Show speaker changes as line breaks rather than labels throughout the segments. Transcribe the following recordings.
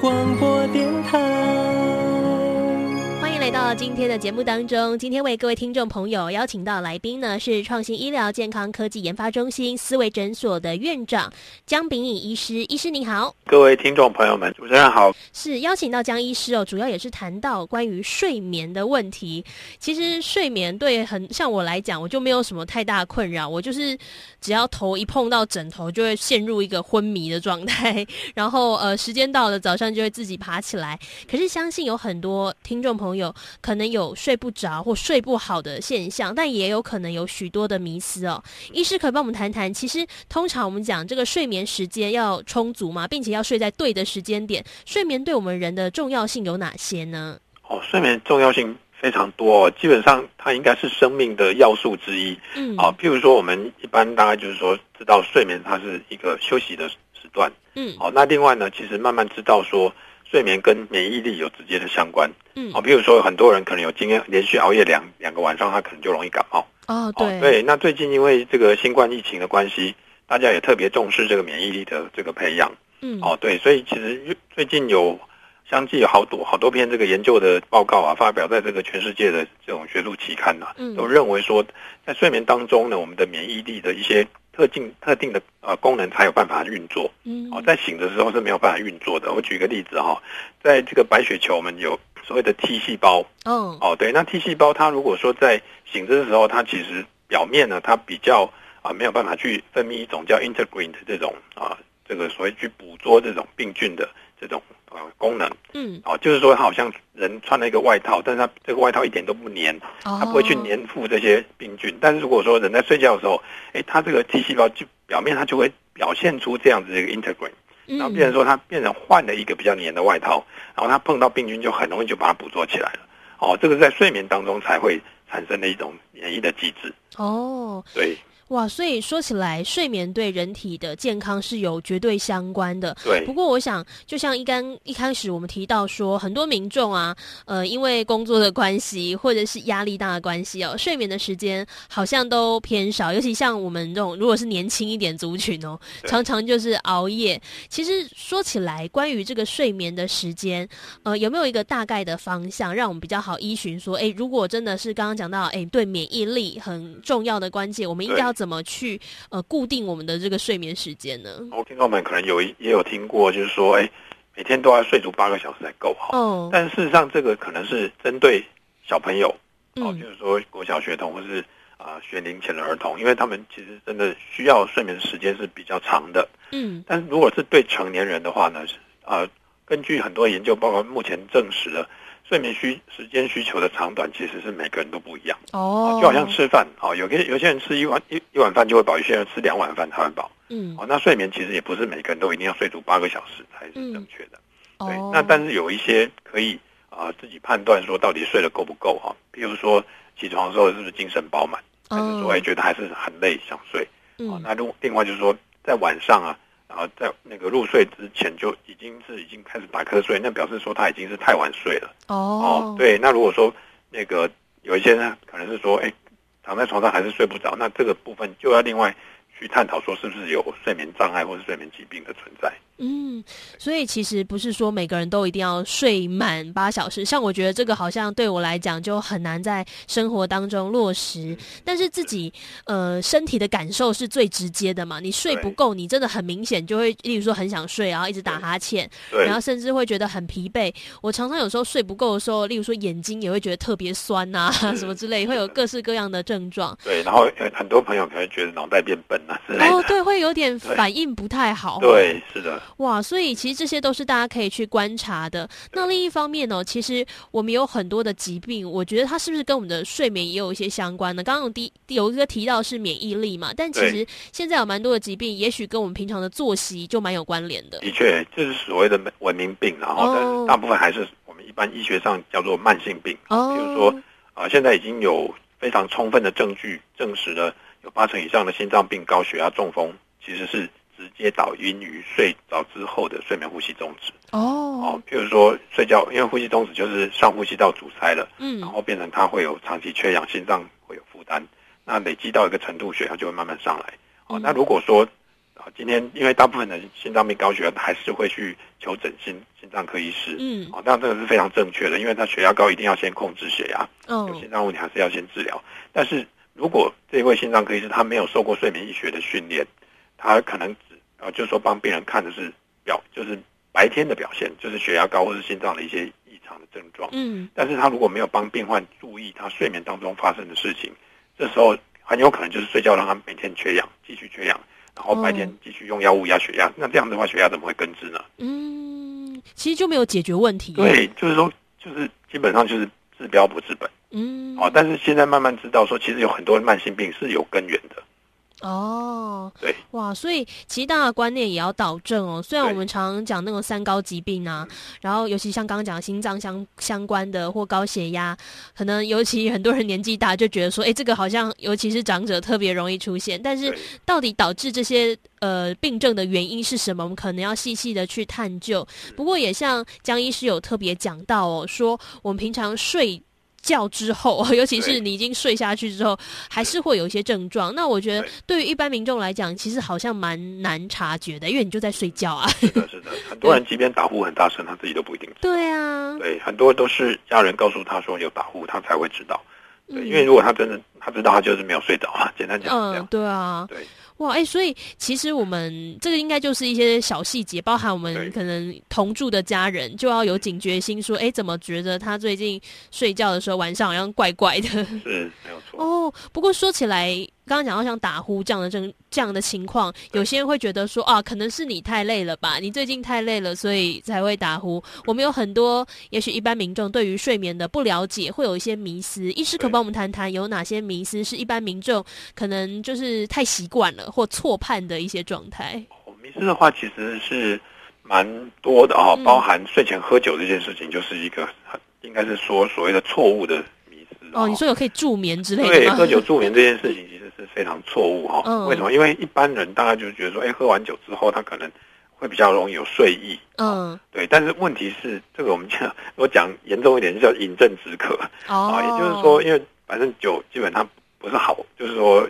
广播电台。
欢迎来到今天的节目当中。今天为各位听众朋友邀请到来宾呢是创新医疗健康科技研发中心思维诊所的院长江炳颖医师。医师您好，
各位听众朋友们，主持人好。
是邀请到江医师哦，主要也是谈到关于睡眠的问题。其实睡眠对很像我来讲，我就没有什么太大的困扰，我就是只要头一碰到枕头，就会陷入一个昏迷的状态，然后呃，时间到了早上就会自己爬起来。可是相信有很多听众朋友可能有睡不着或睡不好的现象，但也有可能有许多的迷思哦。医师可以帮我们谈谈，其实通常我们讲这个睡眠时间要充足嘛，并且要睡在对的时间点。睡眠对我们人的重要性有哪些呢？
哦，睡眠重要性非常多、哦，基本上它应该是生命的要素之一。
嗯，
啊、譬如说我们一般大概就是说知道睡眠它是一个休息的时段。
嗯
好、那另外呢，其实慢慢知道说睡眠跟免疫力有直接的相关。
嗯
好、譬如说很多人可能有今天连续熬夜两两个晚上，他可能就容易感冒。
哦，
哦
对，，
对，那最近因为这个新冠疫情的关系，大家也特别重视这个免疫力的这个培养。
嗯，
哦，对，所以其实最近有相继有好多好多篇这个研究的报告啊，发表在这个全世界的这种学术期刊呐、
嗯
都认为说，在睡眠当中呢，我们的免疫力的一些特定特定的呃功能才有办法运作。
嗯，
哦，在醒的时候是没有办法运作的。我举一个例子哈、在这个白血球我们有所谓的 T 细胞，
嗯，
哦，对，那 T 细胞它如果说在醒着的时候，它其实表面呢，它比较啊、没有办法去分泌一种叫 integrin 的这种啊、这个所谓去捕捉这种病菌的这种呃功能
嗯，
哦，就是说它好像人穿了一个外套，但是它这个外套一点都不粘，它
他
不会去粘附这些病菌。但是如果说人在睡觉的时候，诶，它这个 T 细胞就表面它就会表现出这样子的一个 integrin。
嗯，
然后变成说它变成换了一个比较黏的外套，然后它碰到病菌就很容易就把它捕捉起来了。哦，这个在睡眠当中才会产生的一种免疫的机制。
哦，
对
哇，所以说起来，睡眠对人体的健康是有绝对相关的。
对
不过，我想就像一刚一开始我们提到说，很多民众啊，呃，因为工作的关系或者是压力大的关系哦，睡眠的时间好像都偏少，尤其像我们这种如果是年轻一点族群哦，
对
常常就是熬夜。其实说起来，关于这个睡眠的时间，呃，有没有一个大概的方向，让我们比较好依循？说，诶，如果真的是刚刚讲到，诶，对免疫力很重要的关键，我们应该
对
要怎么去呃固定我们的这个睡眠时间呢？
我听众们可能有一也有听过，就是说，哎，每天都要睡足八个小时才够哈。
哦，
但事实上，这个可能是针对小朋友，哦，就
嗯
是说国小学童或是啊、学龄前的儿童，因为他们其实真的需要睡眠的时间是比较长的。
嗯
但是如果是对成年人的话呢，是呃，根据很多研究报告，目前证实了睡眠需时间需求的长短其实是每个人都不一样，
哦，
就好像吃饭哦，有些有些人吃一碗一一碗饭就会饱，有些人吃两碗饭才会饱。
嗯
哦，那睡眠其实也不是每个人都一定要睡足八个小时才是正确的。对，
哦，
那但是有一些可以啊、自己判断说到底睡得够不够哈、比如说起床的时候是不是精神饱满，
哦
还是说哎觉得还是很累想睡。哦，
嗯
那另另外就是说，在晚上啊，然后在那个入睡之前就已经是已经开始打瞌睡，那表示说他已经是太晚睡了。
哦，
对，那如果说那个有一些呢，可能是说，哎，躺在床上还是睡不着，那这个部分就要另外去探讨说是不是有睡眠障碍或是睡眠疾病的存在。
嗯，所以其实不是说每个人都一定要睡满八小时，像我觉得这个好像对我来讲就很难在生活当中落
嗯
实。但是自己呃身体的感受是最直接的嘛，你睡不
对
够，你真的很明显就会，例如说很想睡，然后一直打哈欠，
对
然，后甚至会觉得很疲惫。我常常有时候睡不够的时候，例如说眼睛也会觉得特别酸呐、
嗯
什么之类，会有各式各样的症状。
对，然后呃很多朋友可能觉得脑袋变笨啊之类
哦
的。，
对，会有点
对
反应不太好。哦
对，呃是的，
哇，所以其实这些都是大家可以去观察的。那另一方面呢、其实我们有很多的疾病，我觉得它是不是跟我们的睡眠也有一些相关呢？刚刚有第有一个提到是免疫力嘛，但其
对
实现在有蛮多的疾病，也许跟我们平常的作息就蛮有关联的。
的确，这是所谓的文明病啦，然后、
哦
但是大部分还是我们一般医学上叫做慢性病。
哦，
比如说啊，现在已经有非常充分的证据证实了，有八成以上的心脏病、高血压、中风其实是直接导因于睡着之后的睡眠呼吸中止。
哦
哦，，譬如说睡觉，因为呼吸中止就是上呼吸道阻塞了，然
嗯
后变成它会有长期缺氧，心脏会有负担，那累积到一个程度，血压就会慢慢上来。哦，
嗯
那如果说啊，今天因为大部分人心脏病、高血压还是会去求诊心心脏科医师。
嗯
哦，那这个是非常正确的，因为他血压高一定要先控制血压，有
哦
心脏问题还是要先治疗。但是如果这位心脏科医师他没有受过睡眠医学的训练，他可能只呃就是说帮病人看的是表，就是白天的表现，就是血压高或是心脏的一些异常的症状。
嗯
但是他如果没有帮病患注意他睡眠当中发生的事情，这时候很有可能就是睡觉让他每天缺氧，继续缺氧，然后白天
哦
继续用药物压血压，那这样的话血压怎么会根治呢？
嗯，其实就没有解决问题。，
对，就是说，就是基本上就是治标不治本。
嗯
哦，但是现在慢慢知道说，其实有很多慢性病是有根源的。
哦，
对，
哇，所以其实大家的观念也要导正哦。虽然我
对
们常常讲那种三高疾病啊，然后尤其像刚刚讲心脏相相关的或高血压，可能尤其很多人年纪大就觉得说，哎，这个好像尤其是长者特别容易出现。但是
对
到底导致这些呃病症的原因是什么，我们可能要细细的去探究。不过也像江医师有特别讲到哦，说我们平常睡。觉之后， 尤其是
对
你已经睡下去之后，还是会有一些症状。那我觉得
对
对于一般民众来讲，其实好像蛮难察觉的，因为你就在睡觉啊。
是的，是的，很多人即便打呼很大声，他自己都不一定知道。
对啊，
对，很多都是家人告诉他说有打呼，他才会知道。对，
嗯
因为如果他真的他知道，他就是没有睡着啊。 简单讲是这
嗯
样，。
对啊，
对，
哇，哎、所以其实我们这个应该就是一些小细节，包含我们
对
可能同住的家人就要有警觉心，说，哎、怎么觉得他最近睡觉的时候晚上好像怪怪的？
是没有错。
哦，不过说起来，刚刚讲到像打呼这样的症这样的情况，
对
有些人会觉得说啊，可能是你太累了吧，你最近太累了，所以才会打呼。我们有很多，也许一般民众对于睡眠的不了解，会有一些迷思。医师可
对
帮我们谈谈有哪些迷思是一般民众可能就是太习惯了或错判的一些状态？
我哦迷失的话其实是蛮多的哦
嗯，
包含睡前喝酒这件事情，就是一个很应该是说所谓的错误的迷失
哦，你说有可以助眠之类
对，
的吗
喝？酒助眠这件事情其实是非常错误哈、
嗯
为什么？因为一般人大概就觉得说，哎，喝完酒之后，他可能会比较容易有睡意。
嗯，
对，但是问题是，这个我们讲，如果讲严重一点，就叫饮鸩止渴
哦，
啊。也就是说，，因为反正酒基本上不是好，就是说，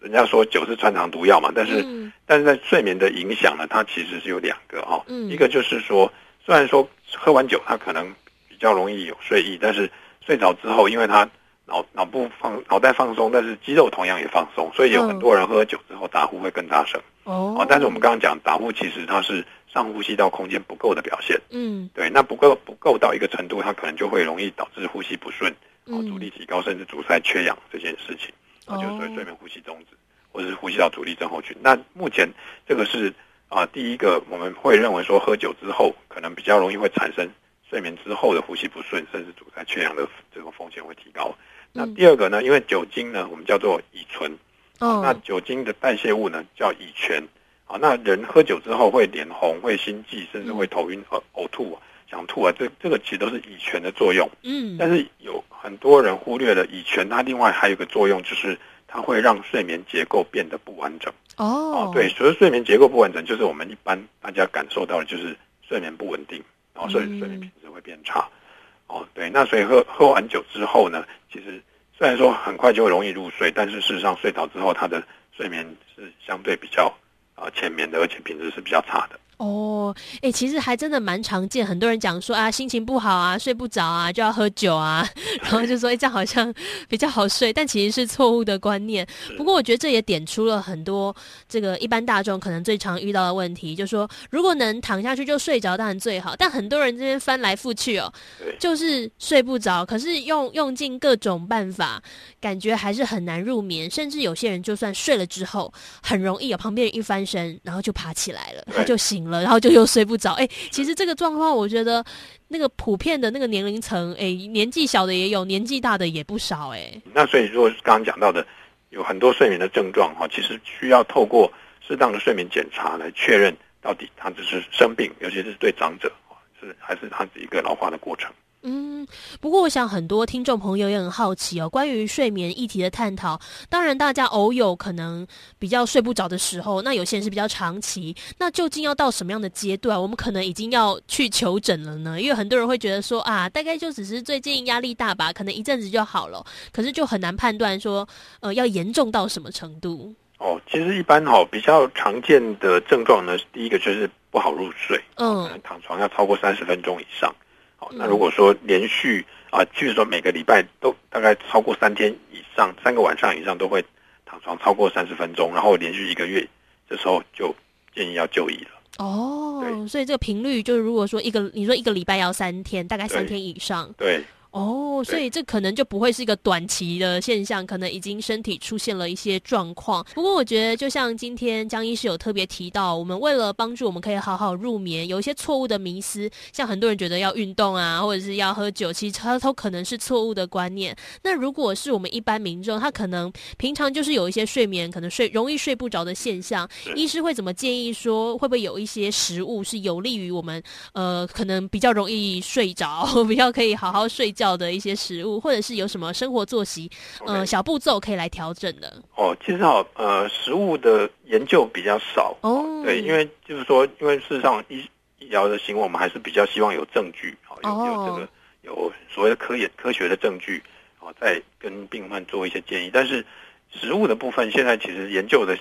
人家说酒是穿肠毒药嘛，但是、
嗯
但是在睡眠的影响呢，它其实是有两个哦。
嗯
一个就是说，虽然说喝完酒它可能比较容易有睡意，但是睡着之后，因为它脑脑部放脑袋放松，但是肌肉同样也放松，所以有
嗯
很多人喝酒之后打呼会更大声。
哦
哦，，但是我们刚刚讲打呼其实它是上呼吸道空间不够的表现。
嗯
对，那不够不够到一个程度，它可能就会容易导致呼吸不顺，哦，
嗯
阻力提高，甚至阻塞缺氧这件事情，啊，就是所
哦
谓睡眠呼吸中止，或者是呼吸道阻力症候群。那目前这个是啊、第一个我们会认为说喝酒之后可能比较容易会产生睡眠之后的呼吸不顺，甚至阻塞缺氧的这种风险会提高。那
嗯
第二个呢，因为酒精呢，我们叫做乙醇，那
哦，
酒精的代谢物呢叫乙醛。好，那人喝酒之后会脸红、会心悸，甚
嗯
至会头晕、呃呕吐、想吐啊，这这个其实都是乙醛的作用。
嗯
但是有很多人忽略了乙醛，它另外还有一个作用就是它会让睡眠结构变得不完整。
哦，
对，，所谓睡眠结构不完整，就是我们一般大家感受到的就是睡眠不稳定，然后睡
嗯
睡眠品质会变差。哦，对，那所以喝喝完酒之后呢，其实虽然说很快就容易入睡，但是事实上睡着之后，他的睡眠是相对比较啊、呃浅眠的，而且品质是比较差的。
哦，哎、其实还真的蛮常见，很多人讲说啊，心情不好啊，睡不着啊，就要喝酒啊， 然后就说哎、诶这样好像比较好睡，但其实是错误的观念。不过我觉得这也点出了很多这个一般大众可能最常遇到的问题，就说如果能躺下去就睡着，当然最好。但很多人这边翻来覆去哦
对，
就是睡不着，可是用用尽各种办法，感觉还是很难入眠。甚至有些人就算睡了之后，很容易有啊旁边人一翻身，然后就爬起来了，
对
他就醒了，然后就又睡不着。哎，其实这个状况，我觉得那个普遍的那个年龄层，哎，年纪小的也有，年纪大的也不少，哎，
那所以如果是刚刚讲到的，有很多睡眠的症状哈，其实需要透过适当的睡眠检查来确认到底他只是生病，尤其是对长者，是还是他是一个老化的过程。
嗯，不过我想很多听众朋友也很好奇哦，关于睡眠议题的探讨。当然，大家偶有可能比较睡不着的时候，那有些人是比较长期。那究竟要到什么样的阶段，我们可能已经要去求诊了呢？因为很多人会觉得说啊，大概就只是最近压力大吧，可能一阵子就好了。可是就很难判断说，呃，要严重到什么程度。
哦，其实一般哈、比较常见的症状呢，第一个就是不好入睡，
嗯
可能躺床要超过三十分钟以上。好、那
嗯
如果说连续啊，据说每个礼拜都大概超过三天以上，三个晚上以上都会躺床超过三十分钟，然后连续一个月，这时候就建议要就医了。
哦，
对
所以这个频率就是，如果说一个你说一个礼拜要三天，大概三
对
天以上。
对，
哦，所以这可能就不会是一个短期的现象，可能已经身体出现了一些状况。不过我觉得，就像今天江医师有特别提到，我们为了帮助我们可以好好入眠，有一些错误的迷思，像很多人觉得要运动啊，或者是要喝酒，其实它都可能是错误的观念。那如果是我们一般民众，他可能平常就是有一些睡眠可能睡容易睡不着的现象，医师会怎么建议说，会不会有一些食物是有利于我们呃，可能比较容易睡着， 比较可以好好睡觉的一些食物，或者是有什么生活作息，呃，
OK
小步骤可以来调整的。
哦，其实哈，呃，食物的研究比较少，
哦，
对，因为就是说，因为事实上医医疗的行为，我们还是比较希望有证据，好、
哦
有有这个有所谓的科研科学的证据，好、再跟病患做一些建议。但是食物的部分，现在其实研究的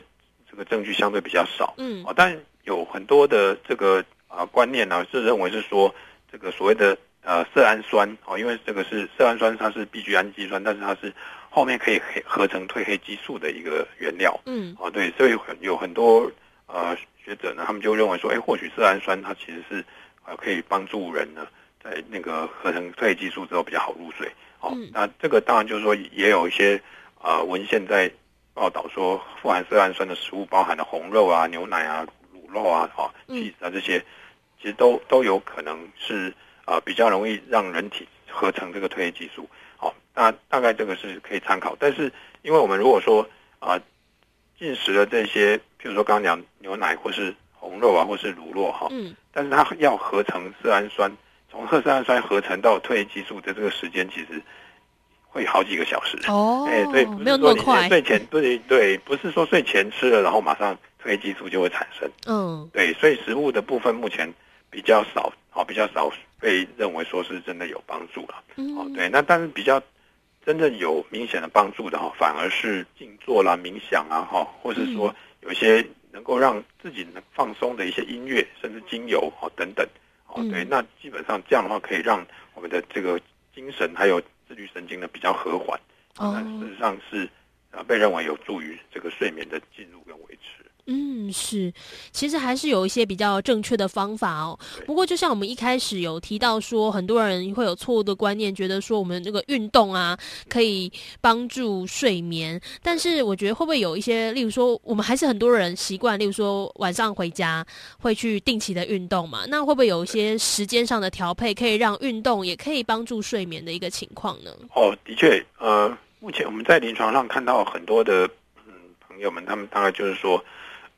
这个证据相对比较少，
嗯
哦，但有很多的这个啊、观念呢、是认为是说这个所谓的呃色氨酸哦，因为这个是色氨酸，它是必需氨基酸，但是它是后面可以黑合成褪黑激素的一个原料。
嗯
哦，对，所以很有很多呃学者呢，他们就认为说，哎，或许色氨酸它其实是呃可以帮助人呢，在那个合成褪黑激素之后比较好入睡。哦，
嗯
那这个当然就是说也有一些呃文献在报道说，富含色氨酸的食物包含了红肉啊、牛奶啊、卤肉啊、哦、
嗯
cheese 啊这些，其实都都有可能是啊、呃比较容易让人体合成这个褪黑激素。好，那大概这个是可以参考，但是因为我们如果说啊、进食了这些，譬如说刚刚讲牛奶或是红肉啊，或是乳酪哈，
嗯
但是它要合成色氨酸，从褐色氨酸合成到褪黑激素的这个时间其实会好几个小时。
哦，
哎、对，不
没
是
有那
说
么
你
快，
睡前对对，不是说睡前吃了然后马上褪黑激素就会产生。
嗯
对，所以食物的部分目前比较少，好、比较少被认为说是真的有帮助了。哦，
嗯
对，那但是比较真正有明显的帮助的哈，反而是静坐啦、冥想啊，哈，或是
嗯
说有一些能够让自己能放松的一些音乐，甚至精油哦等等。哦，对，
嗯
那基本上这样的话，可以让我们的这个精神还有自律神经呢比较和缓。
哦
那事实上是啊被认为有助于这个睡眠的进入跟维持。
嗯，是，其实还是有一些比较正确的方法哦。
对
不过，就像我们一开始有提到说，很多人会有错误的观念，觉得说我们这个运动啊可以帮助睡眠，但是我觉得会不会有一些，例如说，我们还是很多人习惯，例如说晚上回家会去定期的运动嘛，那会不会有一些时间上的调配，可以让运动也可以帮助睡眠的一个情况呢？
哦，的确，呃，目前我们在临床上看到很多的嗯朋友们，他们大概就是说，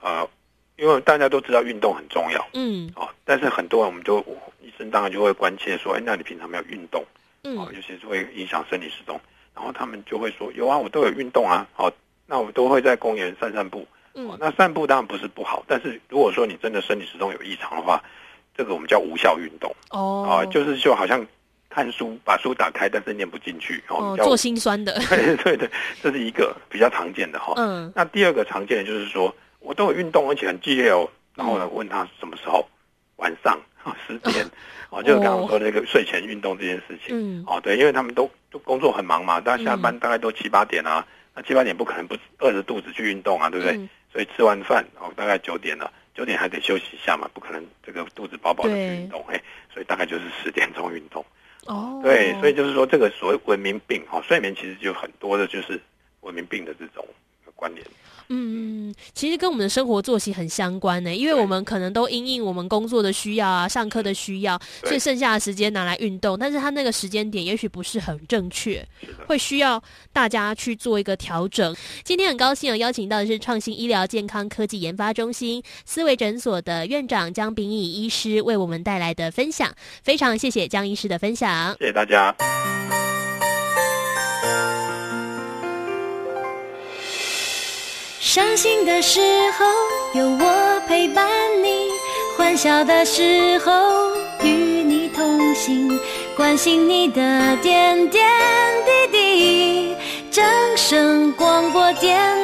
呃，因为大家都知道运动很重要
嗯
哦，但是很多人我们就医生当然就会关切说，哎，那你平常没有运动哦，
嗯
尤其是会影响生理时钟，然后他们就会说，有啊，我都有运动啊，哦，那我都会在公园散散步，哦
嗯，
那散步当然不是不好，但是如果说你真的生理时钟有异常的话，这个我们叫无效运动啊、
哦，
就是就好像看书，把书打开，但是念不进去哦
哦，，
叫
做心酸的，
对对对，这是一个比较常见的哈、
嗯
那第二个常见的就是说，我都有运动，而且很激烈哦。然后呢，
嗯
问他什么时候？晚上十点，哦，就是刚刚说那个睡前运动这件事情。
嗯
哦，对，因为他们都都工作很忙嘛，大家下班大概都七八点啊，那七八点不可能不饿着肚子去运动啊，对不对？
嗯
所以吃完饭哦，大概九点了，九点还得休息一下嘛，不可能这个肚子饱饱的去
对
运动，哎，所以大概就是十点钟运动。
哦，
对，所以就是说，这个所谓文明病哈、哦，睡眠其实就有很多的就是文明病的这种关联。
嗯，其实跟我们的生活作息很相关呢、因为我们可能都因应我们工作的需要啊、上课的需要，
对
所以剩下的时间拿来运动，但是他那个时间点也许不是很正确，
是的，
会需要大家去做一个调整。今天很高兴有啊邀请到的是创新医疗健康科技研发中心思维诊所的院长江秉义医师为我们带来的分享，非常谢谢江医师的分享。
谢谢大家。
伤心的时候有我陪伴你，欢笑的时候与你同行，关心你的点点滴滴。掌声广播电